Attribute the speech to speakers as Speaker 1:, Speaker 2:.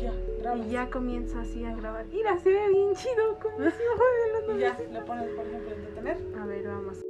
Speaker 1: Ya, graba.
Speaker 2: Y ya comienzo así a grabar. Mira, se ve bien chido como si voy
Speaker 1: Y
Speaker 2: hablando.
Speaker 1: ya, le pones, por ejemplo, entretener.
Speaker 2: A ver, vamos.